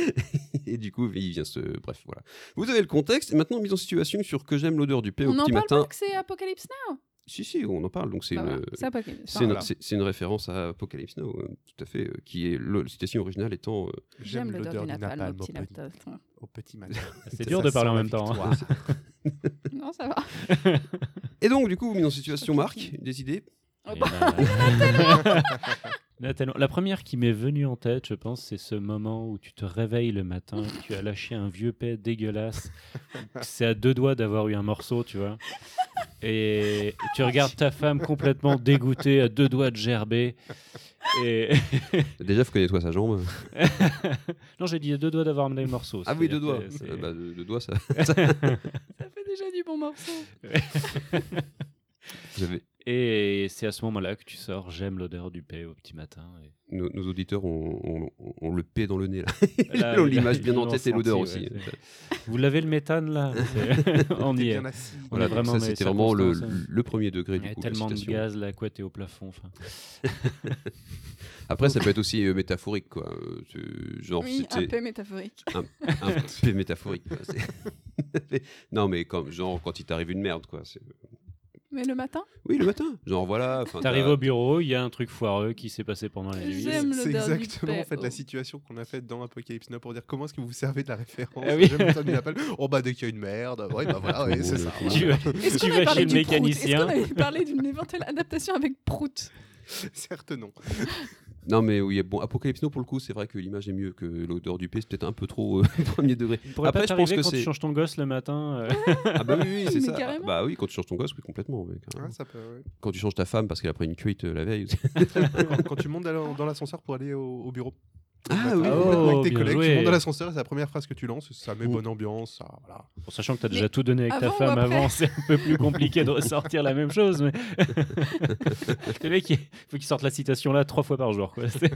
S8: et du coup, il vient se. Bref, voilà. Vous avez le contexte, et maintenant mise en situation sur que j'aime l'odeur du pain au
S9: On en
S8: petit
S9: parle
S8: matin.
S9: pas que c'est Apocalypse Now
S8: Si, si, on en parle. Donc c'est
S9: Bah
S8: une,
S9: voilà, c'est Apocalypse.
S8: c'est une-
S9: Voilà.
S8: c'est- c'est une référence à Apocalypse Now, euh, tout à fait, euh, qui est le- la citation originale étant. euh,
S9: J'aime l'odeur du napalm au petit laptop.
S11: Au petit matin.
S10: C'est dur de parler en même temps. hein.
S9: Non, ça va.
S8: Et donc, du coup, mise en situation, Marc, des idées
S10: Et
S9: bah,
S10: là-
S9: il y en a tellement.
S10: Il y en a tellement. La première qui m'est venue en tête, je pense, c'est ce moment où tu te réveilles le matin, tu as lâché un vieux pet dégueulasse, c'est à deux doigts d'avoir eu un morceau, tu vois. Et tu regardes ta femme complètement dégoûtée, à deux doigts de gerber. Et...
S8: Déjà, faut connaître toi sa jambe.
S10: non, j'ai dit à deux doigts d'avoir amené le morceau.
S8: Ah oui, deux
S10: c'est-à-dire
S8: doigts.
S10: que c'est-
S8: Euh, bah, deux deux doigts, ça.
S9: Ça fait déjà du bon morceau.
S8: J'avais-
S10: Et c'est à ce moment-là que tu sors. J'aime l'odeur du paix au petit matin. et-
S8: Nos, nos auditeurs ont, ont- ont- ont le P dans le nez, là.
S10: Là,
S8: Ils ont
S10: oui,
S8: l'image
S10: ils
S8: bien en
S10: l'ont
S8: tête et l'odeur
S10: senti,
S8: aussi.
S10: ouais, c'est- Vous l'avez le méthane là C'est- On y
S11: T'es
S10: est.
S11: bien assis.
S10: On
S8: Voilà,
S10: est
S8: donc ça,
S10: dans les
S8: c'était vraiment le-
S10: circonstances, hein.
S8: le premier degré, du
S10: Il y a
S8: coup, de la
S10: tellement de
S8: citation.
S10: gaz là, quoi, t'es au plafond. enfin.
S8: Après, ça peut être aussi euh, métaphorique, quoi. Euh, c'est- Genre,
S9: Oui, un
S8: c'était-
S9: peu métaphorique.
S8: Un, un peu métaphorique. quoi. C'est- non, mais comme, genre, quand il t'arrive une merde, quoi. c'est-
S9: Mais le matin
S8: Oui, le matin. Genre, voilà. enfin,
S10: T'arrives
S8: t'as-
S10: au bureau, il y a un truc foireux qui s'est passé pendant la nuit.
S9: J'aime
S11: C'est
S9: l'odeur du
S11: exactement
S9: pain
S11: en fait
S9: au-
S11: la situation qu'on a faite dans Apocalypse Now pour dire comment est-ce que vous vous servez de la référence.
S10: Ah oui.
S11: J'aime l'odeur du napalm. Oh bah dès qu'il y a une merde, ouais bah voilà, ouais, c'est ça.
S10: Tu vas-
S9: Est-ce qu'on
S10: tu
S9: avait parlé du
S10: vas chez le
S9: prout Est-ce
S10: mécanicien.
S9: qu'on avait parlé d'une éventuelle adaptation avec Prout
S11: Certes non.
S8: Non, mais oui, bon, Apocalypse Now, pour le coup, c'est vrai que l'image est mieux que l'odeur du P, c'est peut-être un peu trop euh, premier degré.
S10: Pourrait pas
S8: Après, je pense
S10: t'arriver
S8: que
S10: quand tu
S8: c'est.
S10: changes ton gosse le matin. euh.
S8: Ah bah oui, oui, c'est
S9: Mais
S8: ça.
S9: carrément.
S8: Bah oui, quand tu changes ton gosse, oui, complètement. oui, carrément.
S11: Ouais, Hein, ça peut, ouais.
S8: Quand tu changes ta femme parce qu'elle a pris une cuite euh, la veille.
S11: quand, quand tu montes dans dans l'ascenseur pour aller au, au bureau.
S8: Ah
S11: Bah,
S8: oui,
S10: oh,
S11: avec tes
S10: bien
S11: collègues, tu
S10: joué.
S11: montes dans l'ascenseur et c'est la première phrase que tu lances, ça met bonne ambiance, ça, voilà.
S10: Bon, sachant que t'as
S9: Mais
S10: déjà tout donné avec ta
S9: avant ou
S10: femme
S9: après
S10: avant, c'est un peu plus compliqué de ressortir la même chose. Mais... le mec, il faut qu'il sorte la citation là trois fois par jour. Quoi. C'est-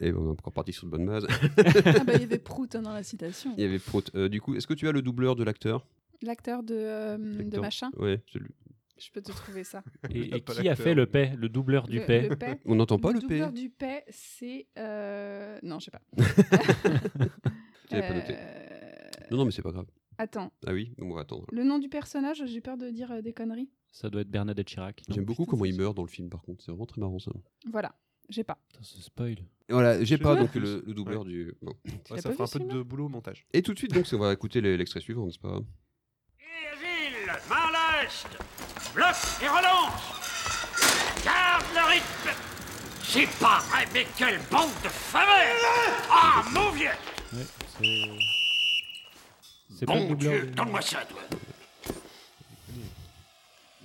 S8: Et bon, on est encore parti sur de bonnes bases.
S9: Ah bah il y avait Prout hein, dans la citation.
S8: Il y avait Prout. Euh, du coup, est-ce que tu as le doubleur de l'acteur
S9: L'acteur de, euh, de
S8: L'acteur.
S9: machin,
S8: Ouais, celui.
S9: je peux te trouver ça.
S10: Et,
S11: T'as
S10: et
S11: pas
S10: qui a
S11: l'acteur,
S10: fait
S11: mais-
S10: le paix, le doubleur du
S9: Le-
S10: paix
S9: le paix.
S8: On n'entend pas le,
S9: le
S8: P.
S9: doubleur du paix, c'est... euh, Non, je sais pas.
S8: Je l'avais pas noté.
S9: Euh,
S8: Non, non, mais c'est pas grave.
S9: Attends,
S8: Ah oui, donc on va attendre.
S9: le nom du personnage, j'ai peur de dire euh, des conneries.
S10: Ça doit être Bernadette Chirac. Non,
S8: J'aime beaucoup
S10: putain,
S8: comment
S10: ça-
S8: il meurt dans le film, par contre. C'est vraiment très marrant ça.
S9: Voilà, j'ai pas.
S10: Putain, ce spoil.
S8: Et voilà, j'ai
S11: Je
S8: pas
S11: sais
S8: donc
S11: plus.
S8: le, le doubleur du. bon.
S11: Ouais,
S9: l'as
S11: ça
S9: pas
S11: fera un
S9: vu,
S11: peu
S9: ce
S11: de boulot au montage.
S8: Et tout de suite, donc, on va écouter les- l'extrait suivant, n'est-ce pas
S2: Et agile, main à l'est, bloc et relance. Garde le rythme. C'est pas vrai, mais quelle bande de fameux Ah, mon vieux
S10: Ouais, c'est. C'est pas le
S2: Bon
S10: doubleur.
S2: Dieu,
S10: du-
S2: donne-moi ça, toi.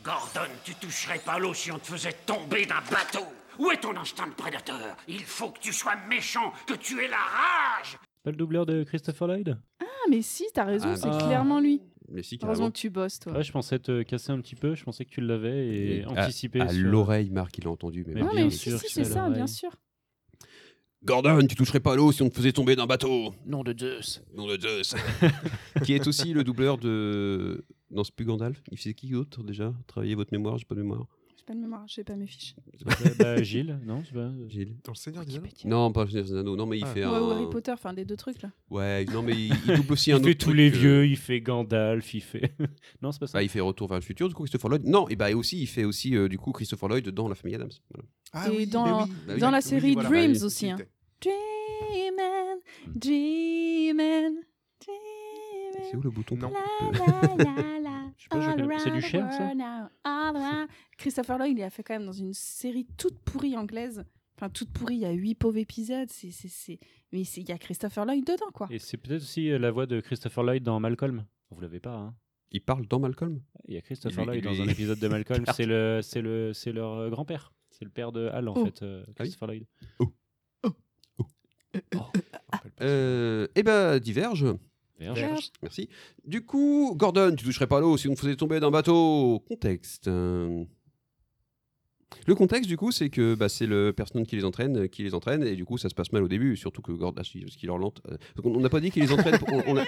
S2: Gordon, tu toucherais pas l'eau si on te faisait tomber d'un bateau. Où est ton instinct de prédateur Il faut que tu sois méchant, que tu aies la rage
S10: Pas le doubleur de Christopher Lloyd
S9: Ah mais si, t'as raison,
S8: Ah,
S9: c'est
S10: mais-
S9: clairement lui.
S8: Mais si,
S9: Heureusement
S8: carrément.
S9: que tu bosses, toi.
S10: Ouais, je pensais te casser un petit peu, je pensais que tu l'avais et,
S8: à-
S10: anticipé.
S8: Ah, À,
S10: sur-
S8: l'oreille, Marc, il l'a entendu. Mais
S10: Mais
S8: bon.
S9: non,
S10: bien
S9: mais si,
S10: sûr
S9: si,
S10: que
S9: c'est
S10: c'est à
S9: ça,
S10: l'oreille.
S9: bien sûr.
S8: Gordon, tu toucherais pas à l'eau si on te faisait tomber d'un bateau
S10: Nom de Zeus.
S8: Nom de Zeus Qui est aussi le doubleur de. Non, c'est plus Gandalf. Il faisait qui d'autre déjà Travaillez votre mémoire, j'ai pas de mémoire.
S9: J'ai pas de mémoire, j'ai pas mes fiches.
S10: Euh, bah, Gilles, non c'est pas...
S8: Gilles
S11: Dans le Seigneur des Anneaux.
S8: Non, pas le Seigneur des Anneaux. Non, mais euh, il
S11: Ah.
S8: fait
S9: Ouais,
S8: un.
S9: ou euh, Harry Potter, enfin des deux trucs là.
S8: Ouais, non, mais il, il double aussi
S10: Il
S8: un
S10: fait
S8: autre.
S10: tous
S8: truc,
S10: les
S8: euh,
S10: vieux, il fait Gandalf, il fait. non, c'est pas ça.
S8: bah, il fait Retour vers le futur, du coup, Christopher Lloyd. Non, et bah, et aussi, il fait aussi, euh, du coup, Christopher Lloyd dans La famille Adams. Voilà.
S11: Ah
S9: Et
S11: oui, mais
S9: dans-
S11: oui,
S10: Bah
S8: dans
S11: oui,
S9: la
S11: oui,
S9: série
S11: voilà.
S9: Dreams
S11: Bah,
S9: aussi,
S11: il-
S9: hein.
S11: il était.
S9: Dreamin', dreamin',
S8: C'est où le bouton
S11: Non.
S10: Je sais pas, je connais- c'est du Cher, ça
S9: ça Christopher Lloyd, il a fait quand même dans une série toute pourrie anglaise. Enfin, toute pourrie, il y a huit pauvres épisodes. C'est, c'est, c'est... Mais c'est- il y a Christopher Lloyd dedans, quoi.
S10: Et c'est peut-être aussi euh, la voix de Christopher Lloyd dans Malcolm. Vous l'avez pas, hein
S8: Il parle dans Malcolm
S10: Il y a Christopher
S8: Lui-
S10: Lloyd
S8: lui-
S10: dans un épisode de Malcolm.
S8: Merde.
S10: c'est le, c'est le, c'est leur euh, grand-père. C'est le père de Hal en
S8: Oh.
S10: fait, euh, Christopher Lloyd. Oh,
S8: Euh, Eh ben, diverge.
S10: Diverge. Diverge.
S8: Merci. Du coup, Gordon, tu toucherais pas à l'eau si on te faisait tomber d'un bateau. Contexte. euh. Le contexte, du coup, c'est que bah, c'est le personnage qui les entraîne, euh, qui les entraîne, et du coup, ça se passe mal au début, surtout que ah, Gordon, ce qui leur lente. euh, donc, on on n'a pas dit qu'il les entraîne. Pour, on- on a-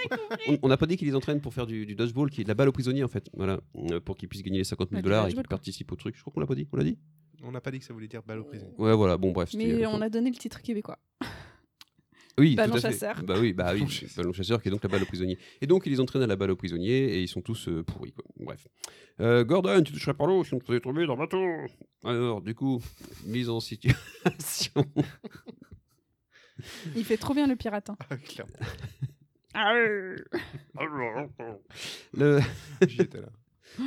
S8: on- on n'a pas dit qu'il les entraîne pour faire du, du dodgeball, qui est de la balle aux prisonniers, en fait. Voilà, euh, pour qu'ils puissent gagner les 50
S9: Bah,
S8: 000
S9: du
S8: dollars et
S9: dodgeball,
S8: qu'ils participent au truc. Je crois qu'on l'a pas dit. On l'a dit.
S11: On n'a pas dit que ça voulait dire balle au prisonnier.
S8: Ouais, voilà. Bon, bref. c'était- euh,
S9: Mais on a donné le titre québécois.
S8: Oui,
S9: Ballon
S8: tout à fait.
S9: chasseur.
S8: Bah oui, bah oui, ballon chasseur qui est donc la balle au prisonnier. Et donc, ils les entraînent à la balle au prisonnier et ils sont tous euh, pourris, quoi. Bref. Euh, Gordon, tu toucherais par l'eau si on te faisait tomber dans le bateau. Alors, du coup, mise en situation.
S9: Il fait trop bien le pirate. hein.
S11: Ah,
S8: Ah.
S9: Arr. Oh
S8: Le...
S11: J'étais là.
S8: Il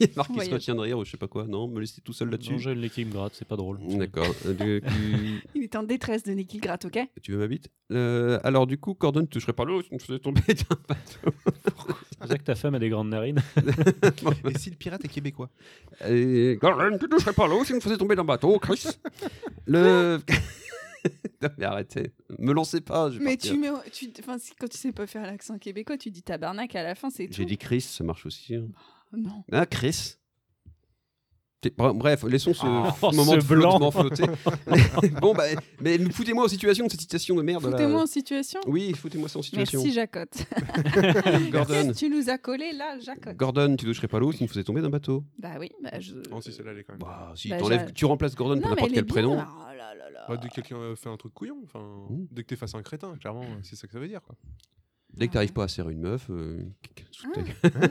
S8: y a Marc qui se
S9: Voyage.
S8: retient de rire ou je sais pas quoi. Non, me laisser tout seul là-dessus.
S10: Non, j'ai le nez qui me gratte, c'est pas drôle.
S8: D'accord. Euh, du- du-
S9: Il est en détresse de Nicky Gratte, ok
S8: Tu veux ma bite Euh, Alors, du coup, Gordon, tu toucherais par l'eau si on te faisait tomber dans le bateau.
S10: C'est pour ça que ta femme a des grandes narines.
S11: Et si le pirate est québécois
S8: Et Gordon, tu toucherais pas l'eau si vous me faisiez tomber dans le bateau, Chris. Le. Non, mais arrêtez, me lancez pas. je vais
S9: Mais
S8: partir.
S9: tu mets. Tu, enfin, si- quand tu sais pas faire l'accent québécois, tu dis tabarnak à la fin, c'est tout.
S8: J'ai dit Chris, ça marche aussi. hein.
S9: Non.
S8: Ah, Chris. T'es- bre- Bref, laissons ce
S11: Ah,
S10: Oh,
S8: moment
S10: ce
S8: de flottement
S10: blanc.
S8: flotter. Mais- bon, bah, mais foutez-moi en situation de cette situation de merde. Oh là.
S9: Foutez-moi en situation.
S8: Oui, foutez-moi en situation.
S9: Merci, Jacotte.
S8: Gordon.
S9: Qu'est-ce que tu nous as collé là, Jacotte
S8: Gordon, tu toucherais pas l'eau si vous me faisiez tomber d'un bateau.
S9: Bah oui, bah je.
S11: Oh, si celle-là, elle est quand même.
S8: Bah, si,
S9: Bah,
S8: t'enlèves-
S9: j'a-
S8: tu remplaces Gordon
S9: Non,
S8: pour
S9: mais
S8: n'importe
S9: elle
S8: quel
S9: est bien,
S8: prénom.
S9: là. Oh là là là.
S11: Bah, dès que quelqu'un euh, fait un truc couillon, enfin, dès que t'es face à un crétin, clairement, euh, c'est ça que ça veut dire. Quoi.
S8: Dès que t'arrives pas à serrer une meuf, euh, sous ta
S9: Ah.
S8: gueule.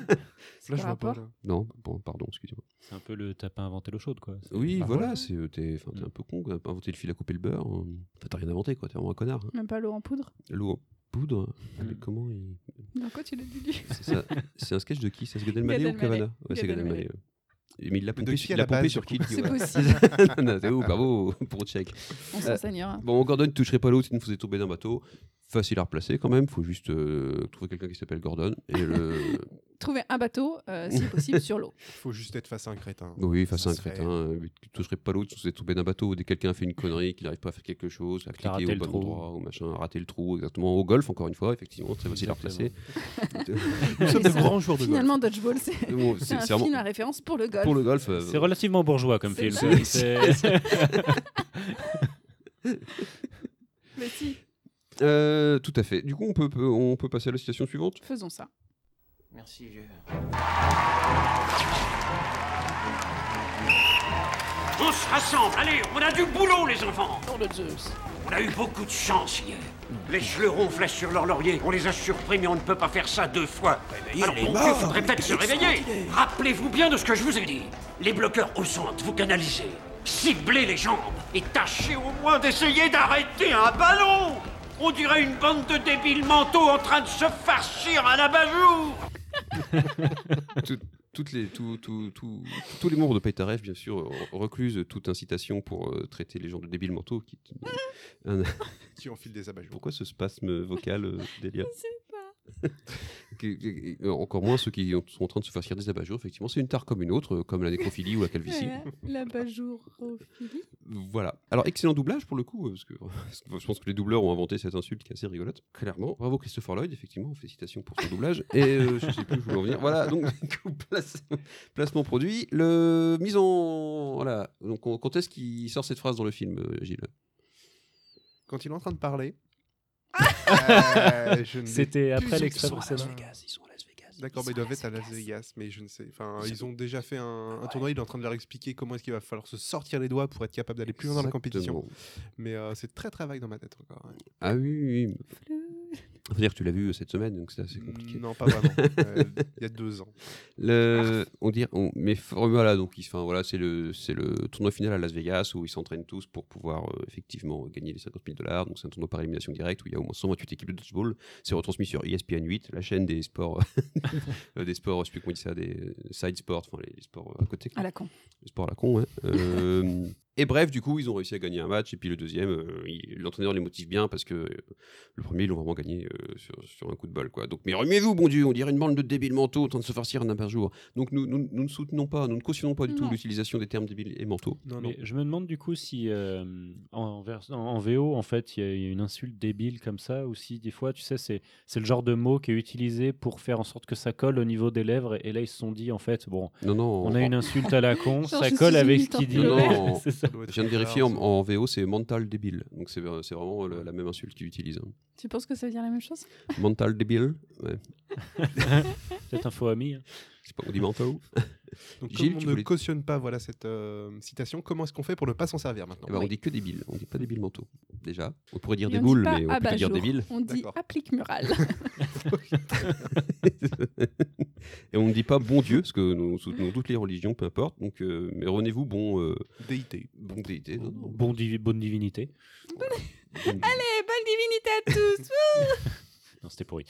S9: C'est quoi le rapport
S8: Non, bon, pardon, excusez-moi.
S10: C'est un peu le t'as pas inventé l'eau chaude quoi. C'est-
S8: Oui,
S10: bah,
S8: voilà, c'est euh, t'es enfin, t'es un peu con, quoi. Pas inventé le fil à couper le beurre. euh. Enfin, t'as rien inventé, quoi. T'es vraiment un connard. hein.
S9: Même pas l'eau en poudre
S8: L'eau en poudre. hein. Mais comment il...
S9: Dans quoi tu l'as dit lui
S8: c'est ça- C'est un sketch de qui C'est Gad Elmaleh ou
S9: Elmaleh.
S8: Cavana Ouais, c'est
S9: Gad
S8: Gad Elmaleh.
S9: Elmaleh.
S8: ouais. Mais il l'a
S11: de
S8: pompé,
S11: qui, à
S8: il
S11: la
S8: l'a pompé
S11: base,
S8: sur
S11: du
S8: qui
S11: coup
S8: lui,
S9: C'est
S8: ouais.
S9: possible.
S8: Non, non, C'est ouf, bravo pour check.
S9: On s'enseignera.
S8: Bon, Gordon ne toucherait pas l'eau si ne faisait tomber d'un bateau. Facile à replacer quand même, faut juste euh, trouver quelqu'un qui s'appelle Gordon. Et le...
S9: Trouver un bateau, euh, si possible, sur l'eau.
S11: Faut juste être face à un crétin.
S8: Oui, face à
S11: Ça
S8: un
S11: se fait.
S8: crétin, euh, mais tu toucherais pas l'autre, tu tombé d'un bateau, dès que quelqu'un a fait une connerie, qu'il n'arrive pas à faire quelque chose, à
S10: Qu'il a
S8: cliquer
S10: raté
S8: au
S10: le
S8: bon
S10: trou.
S8: endroit, ou machin, à rater le trou, exactement. Au golf, encore une fois, effectivement, très facile à replacer.
S10: Nous sommes de grands joueurs de golf.
S9: Finalement, Dodgeball, c'est
S8: Bon,
S9: c'est
S8: c'est-
S9: un
S8: c'est vraiment-
S9: film à référence pour le golf.
S8: Pour le golf, euh,
S10: C'est relativement bourgeois comme
S9: C'est ça.
S10: film. C'est-
S9: Mais si,
S8: euh, tout à fait. Du coup, on peut, peut- on peut passer à la situation suivante.
S9: faisons ça.
S6: Merci,
S2: On se rassemble, allez, on a du boulot, les enfants
S13: Nom de Zeus.
S2: On a eu beaucoup de chance hier. Les chelerons flèchent sur leur laurier. On les a surpris, mais on ne peut pas faire ça deux fois. Alors,
S13: les
S2: bon Dieu,
S13: morts,
S2: faudrait peut-être se réveiller.
S13: extraordinaire.
S2: Rappelez-vous bien de ce que je vous ai dit. Les bloqueurs au centre, vous canalisez. Ciblez les jambes et tâchez au moins d'essayer d'arrêter un ballon. On dirait une bande de débiles mentaux en train de se farcir à la bajour.
S8: Tout- toutes les, tout- tout- tout- tous les membres de Pétaref, bien sûr, re- reclusent toute incitation pour euh, traiter les gens de débiles mentaux. Qui, un-
S11: Qui enfile des abat
S8: Pourquoi ce spasme vocal euh, délire
S9: Je sais pas.
S8: Qui- qui- qui- euh, encore moins ceux qui ont- sont en train de se faire chier des abat-jours. Effectivement, c'est une tare comme une autre, euh, comme la nécrophilie ou la calvitie.
S9: Voilà, La bajourophilie.
S8: Voilà. Alors, excellent doublage pour le coup, euh, parce que, parce que je pense que les doubleurs ont inventé cette insulte qui est assez rigolote. Clairement. Bravo Christopher Lloyd, effectivement, félicitations pour son doublage. Et euh, je sais plus où je voulais en venir. Voilà, donc, du coup, place- placement produit. Le mise en. Voilà. Donc, on- quand est-ce qu'il sort cette phrase dans le film, euh, Gilles
S11: Quand il est en train de parler. euh, je ne-
S10: C'était après
S11: Ils
S10: l'extrait
S11: sont à
S10: précédent.
S11: Las Vegas, ils sont à Las Vegas. D'accord, mais ils doivent être à Las Vegas, mais je ne sais. Enfin, ils ont déjà fait un, un tournoi. Il est en train de leur expliquer comment est-ce qu'il va falloir se sortir les doigts pour être capable d'aller plus loin dans la compétition. Mais euh, c'est très très vague dans ma tête encore. ouais.
S8: Ah oui, oui. Faut dire que tu l'as vu euh, cette semaine, donc c'est assez compliqué.
S11: Non, pas vraiment. Euh, Il y a deux ans.
S8: Le, on dit, on, mais f- voilà, donc il- enfin, voilà, c'est le, c'est le tournoi final à Las Vegas où ils s'entraînent tous pour pouvoir euh, effectivement gagner les 50 000 dollars. Donc c'est un tournoi par élimination directe où il y a au moins 128 équipes de dodgeball. C'est retransmis sur E ESPN 8, la chaîne des sports, euh, des euh, sports, je sais plus comment on dit ça, des side sports, enfin les, les sports à euh, côté. quoi.
S9: À la con. hein.
S8: Les sports à la con, ouais. Euh, Et bref, du coup, ils ont réussi à gagner un match. Et puis le deuxième, euh, il- l'entraîneur les motive bien parce que euh, le premier, ils l'ont vraiment gagné euh, sur, sur un coup de bol. Quoi. Donc, mais remuez-vous, bon Dieu, on dirait une bande de débiles mentaux en train de se farcir un par jour. Donc nous, nous, nous ne soutenons pas, nous ne cautionnons pas du tout
S10: Non.
S8: l'utilisation des termes débiles et mentaux.
S10: Mais je me demande du coup si euh, en, vers- en- en VO, en fait, il y a- il y, a une insulte débile comme ça, ou si des fois, tu sais, c'est c'est le genre de mot qui est utilisé pour faire en sorte que ça colle au niveau des lèvres, et là, ils se sont dit, en fait, bon,
S8: Non, non,
S10: on a
S8: en-
S10: une insulte à la con,
S8: Genre,
S10: ça
S8: je
S10: colle
S8: suis
S10: avec
S8: une
S10: ce qu'il dit.
S8: Non, non,
S10: C'est ça.
S8: je viens de vérifier en, en VO, c'est mental débile. Donc c'est euh, c'est vraiment le- la même insulte qu'ils utilisent. hein.
S9: Tu penses que ça veut dire la même chose
S8: Mental débile, ouais.
S10: Peut-être un faux ami. hein.
S8: C'est pas on dit mental.
S11: Donc,
S8: Gilles,
S11: comme
S8: tu
S11: on ne
S8: voulais-
S11: cautionne pas voilà, cette euh, citation, comment est-ce qu'on fait pour ne pas s'en servir maintenant
S8: Eh ben, On dit que débile, on dit pas débile mentaux. Déjà, on pourrait dire
S9: Et
S8: des
S9: on dit
S8: boules,
S9: pas
S8: mais on peut plus dire
S9: abat-jour,
S8: des villes.
S9: On dit applique murale.
S8: Et on ne dit pas bon Dieu, parce que nous soutenons toutes les religions, peu importe. Donc, euh, mais revenez-vous bon. euh,
S11: Déité.
S8: Bon déité, hein. non, non.
S10: Bon divi- bonne divinité.
S9: Allez, Eh, bonne divinité à tous
S10: Non, c'était pourri.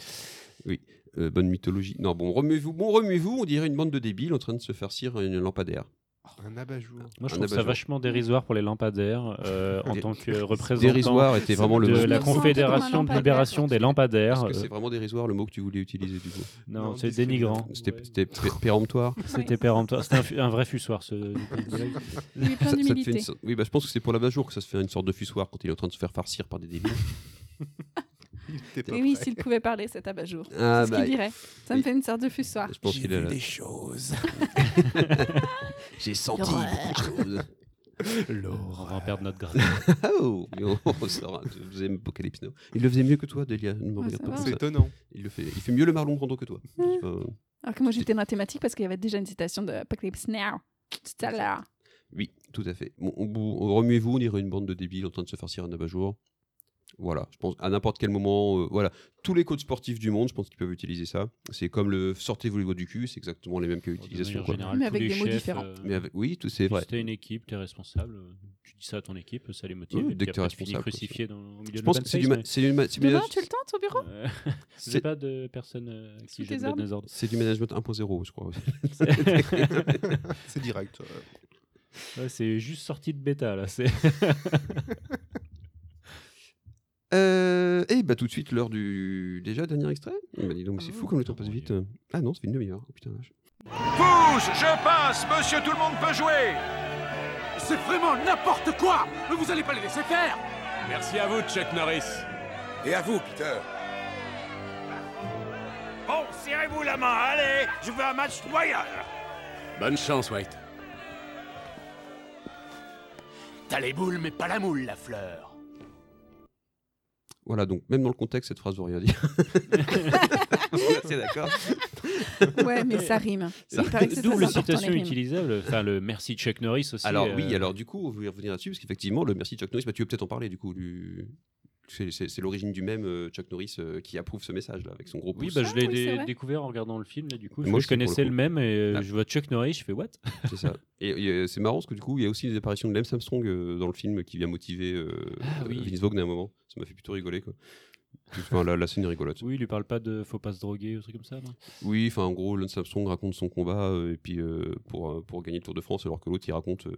S8: Oui, euh, bonne mythologie. Non, bon, remuez-vous, bon, remuez-vous, on dirait une bande de débiles en train de se farcir une lampadaire.
S11: Un abat-jour.
S10: Moi, je
S8: Un
S10: trouve ça
S8: abat-jour.
S10: vachement dérisoire pour les lampadaires euh, en tant que représentant
S8: Dérisoire était vraiment le
S10: de
S8: mot.
S10: la
S8: Je me sens
S10: Confédération de libération des lampadaires.
S8: Parce
S9: euh,
S8: que c'est vraiment dérisoire le mot que tu voulais utiliser du coup.
S10: Non, Non, c'est discriminant. dénigrant.
S9: Oh,
S8: C'était c'était pé- péremptoire.
S10: C'était péremptoire. C'était un, fu- un vrai fussoir, ce.
S9: Il est plein
S8: Ça- ça te fait une
S9: d'humilité.
S8: sorte- Oui, bah, je pense que c'est pour l'abat-jour que ça se fait une sorte de fussoir quand il est en train de se faire farcir par des débiles.
S9: Et oui, s'il pouvait parler, cet abat-jour.
S8: Ah,
S9: c'est ce
S8: bah,
S9: qu'il dirait. Ça me
S8: oui.
S9: fait une sorte de fussoir.
S8: Je pense qu'il est là.
S7: choses.
S8: J'ai senti
S9: L'horreur.
S8: beaucoup de choses.
S10: On va en perdre notre grade.
S8: oh, on sort un deuxième Apocalypse Now. Il le faisait mieux que toi, Delia. Ne me
S9: Ouais,
S8: regarde pas
S9: ça va.
S8: comme
S9: C'est
S8: ça.
S11: étonnant.
S8: Il, le fait, il fait mieux le Marlon Brando que toi.
S9: Hein.
S8: Euh,
S9: Alors que moi, j'étais dans la thématique parce qu'il y avait déjà une citation de Apocalypse Now. Tout à l'heure.
S8: oui, tout à fait. Bon, on- on- remuez-vous, on dirait une bande de débiles en train de se farcir un abat-jour. Voilà, je pense à n'importe quel moment. euh, voilà, tous les coachs sportifs du monde, je pense qu'ils peuvent utiliser ça. C'est comme le sortez-vous les doigts du cul, c'est exactement les mêmes cas d'utilisation.
S10: manière
S8: quoi.
S10: générale, Mais tous avec les des mots chefs, différents. euh,
S8: Mais avec- oui, tout c'est
S10: Si
S8: vrai.
S10: t'es une équipe, t'es responsable, euh, tu dis ça à ton équipe, ça les motive.
S8: Oui,
S10: et
S8: dès
S10: puis
S8: que t'es
S10: après, tu finis
S8: responsable, quoi.
S10: crucifié dans, au milieu
S8: Je
S10: de
S8: pense
S10: la
S8: que c'est
S10: fanbase,
S8: du ma-
S10: mais-
S8: c'est du ma- c'est du
S9: Demain,
S8: manage-
S9: tu le tentes au bureau
S10: Euh, J'ai
S8: C'est-
S10: pas de personne euh, à qui
S9: Sous
S10: je
S9: tes
S10: donne
S9: ordres
S10: des ordres.
S8: C'est du management 1.0, je crois.
S11: C'est direct. euh.
S10: Ouais, c'est juste sorti de bêta là. C'est.
S8: Euh, et bah tout de suite l'heure du déjà dernier extrait. Eh bah, dis donc, mais c'est fou comme le temps passe vite. Ah non, ça fait une demi-heure. Oh, putain la vache.
S13: Pouce, je passe, monsieur tout le monde peut jouer
S5: C'est vraiment n'importe quoi Mais vous allez pas les laisser faire Merci à vous, Chuck Norris. Et à vous, Peter.
S2: Bon, serrez-vous la main, allez Je veux un match royal
S12: Bonne chance, White. T'as les boules, mais pas la moule, la fleur.
S8: Voilà donc même dans le contexte cette phrase veut rien dire. c'est d'accord.
S9: Ouais, mais ça rime. Il paraît que c'est
S10: Double
S9: très important, les
S10: citation
S9: rimes.
S10: utilisable. Enfin, le merci Chuck Norris aussi.
S8: alors
S10: euh,
S8: oui, alors du coup, on voulait revenir là-dessus parce qu'effectivement le merci Chuck Norris, bah, tu veux peut-être en parler du coup du. C'est c'est- c'est l'origine du même euh, Chuck Norris euh, qui approuve ce message là avec son gros
S10: Oui,
S8: pouce.
S10: bah, je l'ai dé-
S8: vrai.
S10: découvert en regardant le film là du coup.
S8: Moi
S10: parce que
S8: aussi,
S10: je
S8: pour le
S10: connaissais le,
S8: coup. Ah.
S10: même et euh, je vois Chuck Norris, je fais what
S8: C'est ça. Et, et, euh, c'est marrant parce que du coup, il y a aussi des apparitions de Lem Samsung euh, dans le film qui vient motiver euh,
S10: Ah
S8: euh,
S10: oui.
S8: Vince Vaughn à un moment. Ça m'a fait plutôt rigoler quoi. Enfin, la, la scène est rigolote.
S10: Oui, il lui parle pas de faut pas se droguer ou truc comme ça. non
S8: Oui, enfin en gros, l'un Samsung raconte son combat euh, et puis euh, pour, euh, pour gagner le Tour de France, alors que l'autre il raconte euh,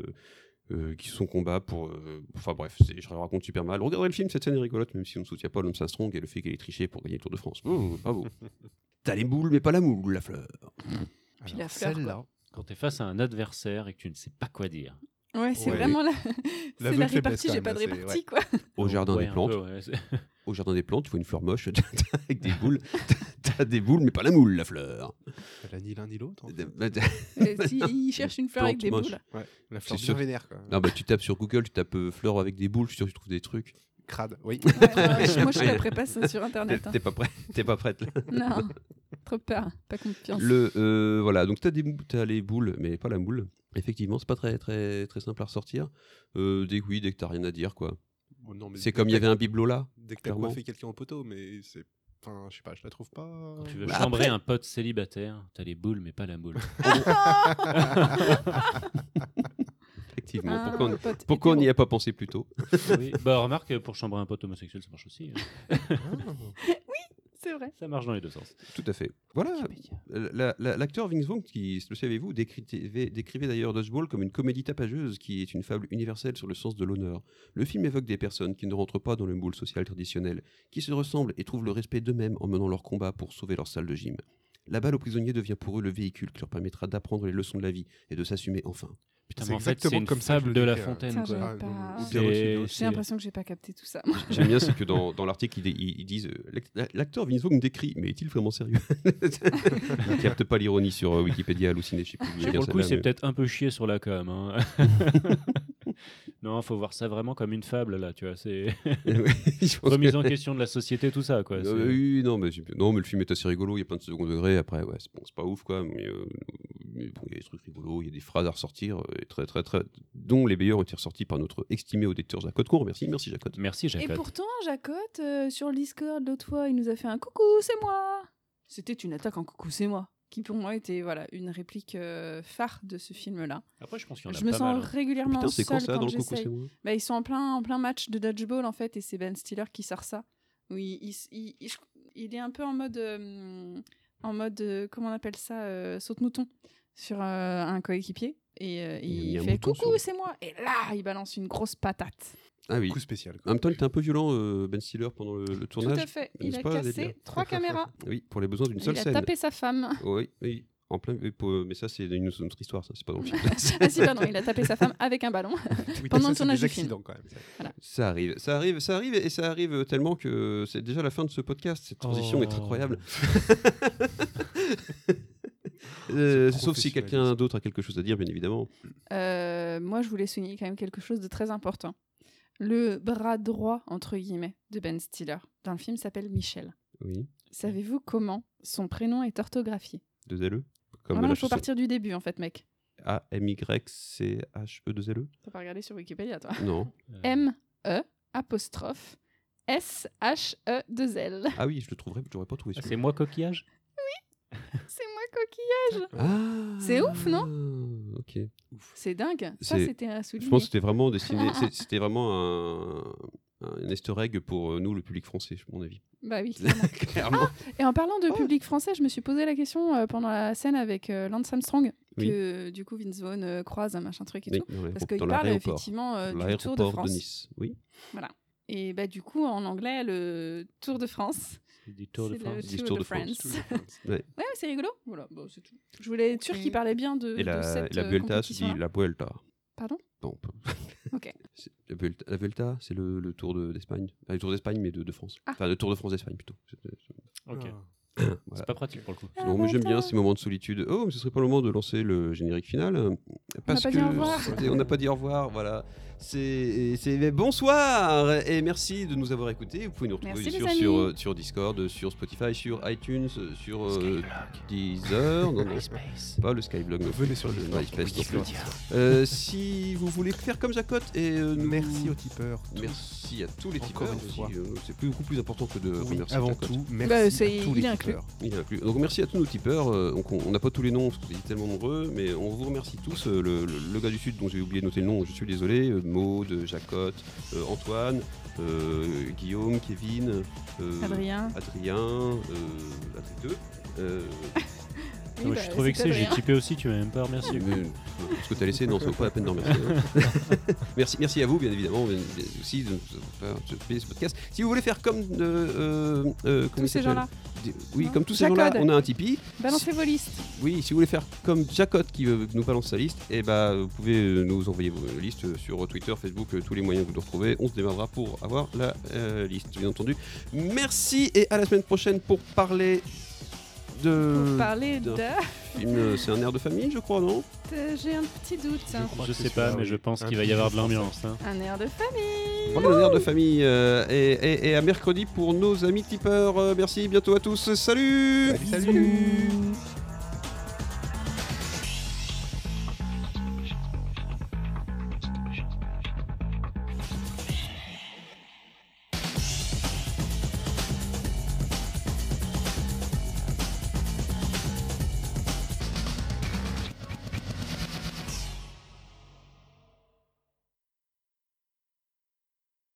S8: euh, qui- son combat pour. euh, Enfin bref, c'est- je raconte super mal. Regardez le film, cette scène est rigolote, même si on ne soutient pas l'homme Samsung et le fait qu'elle ait triché pour gagner le Tour de France. Mmh, bravo. T'as les boules, mais pas la moule, la fleur.
S9: Puis la fleur,
S11: celle-là.
S9: quoi.
S10: Quand t'es face à un adversaire et que tu ne sais pas quoi dire.
S9: Ouais, c'est
S10: Ouais.
S9: vraiment la,
S10: La
S9: c'est
S10: vœu
S9: la
S10: de faiblesse,
S9: répartie,
S10: quand
S9: j'ai
S10: même,
S9: pas de
S10: là, c'est-
S9: répartie,
S10: ouais.
S9: quoi.
S8: Au jardin
S10: Ouais,
S8: des
S10: un
S8: plantes.
S10: peu, ouais, c'est-
S8: Au jardin des plantes, tu vois une fleur moche avec des boules. T'as des boules, mais pas la moule, la fleur. bah,
S11: Elle a ni l'un ni l'autre.
S9: Euh, si, il cherche une fleur avec
S8: Plante
S9: des
S8: moche.
S9: boules.
S11: Ouais, la
S8: C'est
S11: fleur bien
S8: sûr-
S11: vénère, quoi.
S8: Non, bah, tu tapes sur Google, tu tapes euh, fleur avec des boules, je suis sûr que tu trouves des trucs.
S11: Crade, oui.
S9: ouais, moi, je taperais pas ça sur Internet,
S8: T'es-
S9: hein.
S8: T'es pas prêt, t'es pas prête. là.
S9: Non, trop peur, pas confiance.
S8: Le euh, voilà, donc t'as des mou- t'as les boules, mais pas la moule. Effectivement, c'est pas très très très simple à ressortir. Euh, dès que oui, dès que t'as rien à dire quoi.
S11: Bon, Oh, non, mais
S8: c'est
S11: dès
S8: comme
S11: que
S8: il y
S11: t'as-
S8: avait un bibelot là.
S11: Dès que t'as
S8: clairement.
S11: coiffé quelqu'un au poteau, mais c'est. Enfin, je sais pas, je la trouve pas.
S10: Tu veux
S8: Bah,
S10: chambrer
S8: après-
S10: un pote célibataire, t'as les boules mais pas la moule.
S9: Ah,
S8: Effectivement,
S10: Ah,
S8: pourquoi
S10: le
S8: on-
S10: pote
S8: pourquoi on n'y
S10: hétéro.
S8: a pas pensé plus tôt
S10: Oui, Bah remarque, pour chambrer un pote homosexuel, ça marche aussi. hein.
S9: Oui, C'est vrai.
S10: Ça marche dans les deux sens.
S8: Tout à fait. Voilà. La- la- L'acteur Vince Vaughn, qui, le savez-vous, décrivait décrivait d'ailleurs Dodgeball comme une comédie tapageuse qui est une fable universelle sur le sens de l'honneur. Le film évoque des personnes qui ne rentrent pas dans le moule social traditionnel, qui se ressemblent et trouvent le respect d'eux-mêmes en menant leur combat pour sauver leur salle de gym. La balle aux prisonniers devient pour eux le véhicule qui leur permettra d'apprendre les leçons de la vie et de s'assumer enfin.
S10: Putain, mais en fait, c'est une fable de
S11: euh,
S8: hein.
S10: la fontaine.
S9: Tiens, j'avais
S10: quoi.
S11: Ah,
S9: pas-
S10: C'est-
S9: J'ai l'impression que j'ai pas capté tout ça.
S8: J'aime bien, c'est que dans, dans l'article, ils, ils- ils disent euh, l'act- L'acteur Vince Vaughn décrit, mais est-il vraiment sérieux Il capte pas l'ironie sur euh, Wikipédia halluciné. Je sais plus où vient
S10: Et pour le coup,
S8: celle-là,
S10: c'est
S8: mais-
S10: peut-être un peu chié sur la com. hein. non, faut voir ça vraiment comme une fable là, tu vois. C'est
S8: Je pense
S10: remise
S8: que-
S10: en question de la société, tout ça, quoi.
S8: Euh,
S10: C'est-
S8: oui, non mais, c'est- non, mais le film est assez rigolo. Il y a plein de second degré. Après, ouais, c'est bon, c'est pas ouf, quoi. Mais euh, mais bon, il y a des trucs rigolos. Il y a des phrases à ressortir, euh, et très, très, très, dont les meilleurs ont été ressortis par notre estimé auditeur Jacotte Cour. Merci, merci Jacotte.
S10: Merci
S9: Et pourtant, Jacotte, euh, sur le Discord, l'autre fois, il nous a fait un coucou, c'est moi C'était une attaque en coucou, c'est moi qui pour moi était voilà une réplique euh, phare de ce film-là.
S10: Après, je pense qu'il y en a
S9: me
S10: pas
S9: sens
S10: mal, hein.
S9: régulièrement
S8: Putain, c'est
S9: seule
S8: quand ça, dans le coucou,
S9: j'essaye.
S8: c'est moi
S9: Bah, ils sont en plein en plein match de dodgeball en fait et c'est Ben Stiller qui sort ça. Oui, il, s- il, il- je- il est un peu en mode euh, en mode euh, comment on appelle ça euh, saute mouton sur euh, un coéquipier et euh,
S8: a
S9: il,
S8: mis un
S9: fait
S8: mouton
S9: coucou, c'est moi et là il balance une grosse patate.
S8: Ah oui.
S11: Coup spécial,
S8: En même temps, il était un peu violent, euh, Ben Stiller, pendant le, le tournage.
S9: fait.
S8: n'est-ce
S9: Il a
S8: pas,
S9: cassé
S8: Delia
S9: trois caméras.
S8: oui, pour les besoins d'une seule
S9: il a
S8: scène.
S9: tapé sa femme.
S8: Oui, oui. En plein, oui, pour- euh, mais ça, c'est une autre histoire, ça, c'est pas dans le film.
S9: ah si, pardon, il a tapé sa femme avec un ballon pendant le tournage du film.
S8: Ça arrive, ça arrive, ça arrive, et ça arrive tellement que c'est déjà la fin de ce podcast. Cette transition
S10: Oh.
S8: est incroyable. Euh, sauf si quelqu'un d'autre a quelque chose à dire, bien évidemment.
S9: Euh, moi, je voulais souligner quand même quelque chose de très important. Le bras droit, entre guillemets, de Ben Stiller dans le film s'appelle Michel.
S8: Oui,
S9: Savez-vous comment son prénom est orthographié
S8: deux LE. Comme
S9: Vraiment,
S8: la
S9: il faut
S8: chanson.
S9: partir du début, en fait, mec.
S8: A-M-Y-C-H-E-2-L-E
S9: T'as pas regardé sur Wikipédia, toi
S8: Non.
S10: hein.
S9: M-E E, apostrophe E, S-H-E-2-L.
S8: Ah oui, je le trouverais, j'aurais pas trouvé.
S10: Ah,
S8: celui-là.
S10: c'est moi coquillage
S9: C'est moi, coquillage
S8: Ah.
S9: C'est ouf, non
S8: Ah, Ok.
S9: C'est dingue. Ça,
S8: C'est-
S9: c'était à
S8: Je pense que
S9: souligner.
S8: c'était vraiment destiné. c'est- c'était vraiment un, un easter egg pour euh, nous, le public français, à mon avis.
S9: Bah oui, clairement.
S8: Clairement.
S9: Et en parlant
S8: Oh.
S9: de public français, je me suis posé la question euh, pendant la scène avec euh, Lance Armstrong,
S8: Oui.
S9: que du coup Vince Vaughn euh, croise un machin truc et
S8: Oui,
S9: tout.
S8: dans l'aéroport-
S9: Parce qu'il
S8: dans
S9: parle
S8: l'aéroport.
S9: effectivement euh,
S8: Dans
S9: du Tour de
S8: l'aéroport
S9: France.
S8: Nice, oui.
S9: Voilà. Et bah, du coup, en anglais, le Tour de France.
S10: Du Tour de
S9: c'est
S10: France. bah,
S9: Le
S8: Du
S9: Tour,
S8: Tour
S9: de,
S8: de
S9: France.
S8: France. Tour de France. Ouais.
S9: Ouais, mais c'est rigolo. Voilà, bon, c'est tout. Je voulais être sûr qu'il parlait bien de,
S8: Et
S9: de
S8: la,
S9: cette
S8: la
S9: euh,
S8: Vuelta se dit
S9: compétition-là.
S8: la Vuelta.
S9: Pardon
S8: Bon.
S9: Ok.
S8: C'est- La Vuelta, la Vuelta, c'est le, le Tour de- d'Espagne. Enfin, le Tour d'Espagne, mais de, de France.
S9: Ah.
S8: Enfin, le Tour de France d'Espagne plutôt. C'est- c'est-
S10: Ok.
S11: Ah.
S8: Voilà.
S10: C'est pas pratique pour le coup.
S9: Ah,
S8: Non, mais j'aime bien ces moments de solitude. Oh, mais ce serait pas le moment de lancer le générique final. euh, Parce
S9: pas
S8: que
S9: dit au revoir.
S8: c'était- on n'a pas dit au revoir, voilà. C'est, et c'est mais bonsoir et merci de nous avoir écoutés. Vous pouvez nous retrouver
S9: Merci,
S8: sur,
S9: les
S8: sur,
S9: amis.
S8: euh, sur Discord, sur Spotify, sur iTunes, sur euh, Deezer, non, non, pas le Skyblog. non.
S11: Venez sur le
S8: Euh,
S11: Discord.
S8: MySpace, non plus.
S11: Wikipédia.
S8: Euh, si vous voulez faire comme Jacotte et euh, nous-
S11: Merci aux tipeurs.
S8: Merci à tous les
S11: Encore
S8: tipeurs.
S11: une fois.
S8: aussi, euh, c'est beaucoup plus important que de remercier
S11: avant
S8: Jacotte.
S11: tout, merci
S9: Bah, c'est-
S11: à tous
S9: il est
S11: les
S9: inclus.
S11: tipeurs.
S8: Il est inclus. Donc merci à tous nos tipeurs. euh, donc, on on n'a pas tous les noms parce que vous étiez tellement nombreux, mais on vous remercie tous. Euh, le, le- le gars du Sud dont j'ai oublié de noter le nom, je suis désolé. euh, Maude, Jacotte, euh, Antoine, euh, Guillaume, Kevin, euh,
S9: Adrien.
S10: Ah
S8: Adrien, euh, Adrien, euh,
S9: Oui,
S10: Non, mais
S9: bah,
S10: je trouvais que
S9: c'était
S10: c'est, j'ai
S9: Adrien.
S10: typé aussi, tu m'as même pas remercié.
S8: Mais, euh, ce que t'as laissé, non, ça vaut pas la peine d'en remercier. hein. merci, merci à vous, bien évidemment, bien- bien aussi de nous avoir fait participer à ce podcast. Si vous voulez faire comme euh, euh, euh, comment
S9: Tous
S8: il
S9: ces
S8: s'appelle
S9: gens-là.
S8: Des- Oui,
S9: Non.
S8: comme tous ces
S9: Jacod.
S8: gens-là, on a un Tipeee.
S9: Balancez vos listes.
S8: Oui, si vous voulez faire comme Jacotte qui veut nous balance sa liste, et bah, vous pouvez euh, nous envoyer vos listes sur Twitter, Facebook, euh, tous les moyens que vous nous retrouvez. On se démarrera pour avoir la euh, liste, bien entendu. Merci et à la semaine prochaine pour parler de.
S9: Pour parler de.
S8: d'un film, euh, C'est un air de famille, je crois, non
S9: Euh, J'ai un petit doute.
S10: Je sais pas, mais je pense qu'il va y avoir de l'ambiance. hein.
S9: Un air de famille.
S8: Parler d'un air de famille. euh, et, et- et à mercredi pour nos amis tipeurs. Euh, merci, bientôt à tous. Salut
S11: Salut.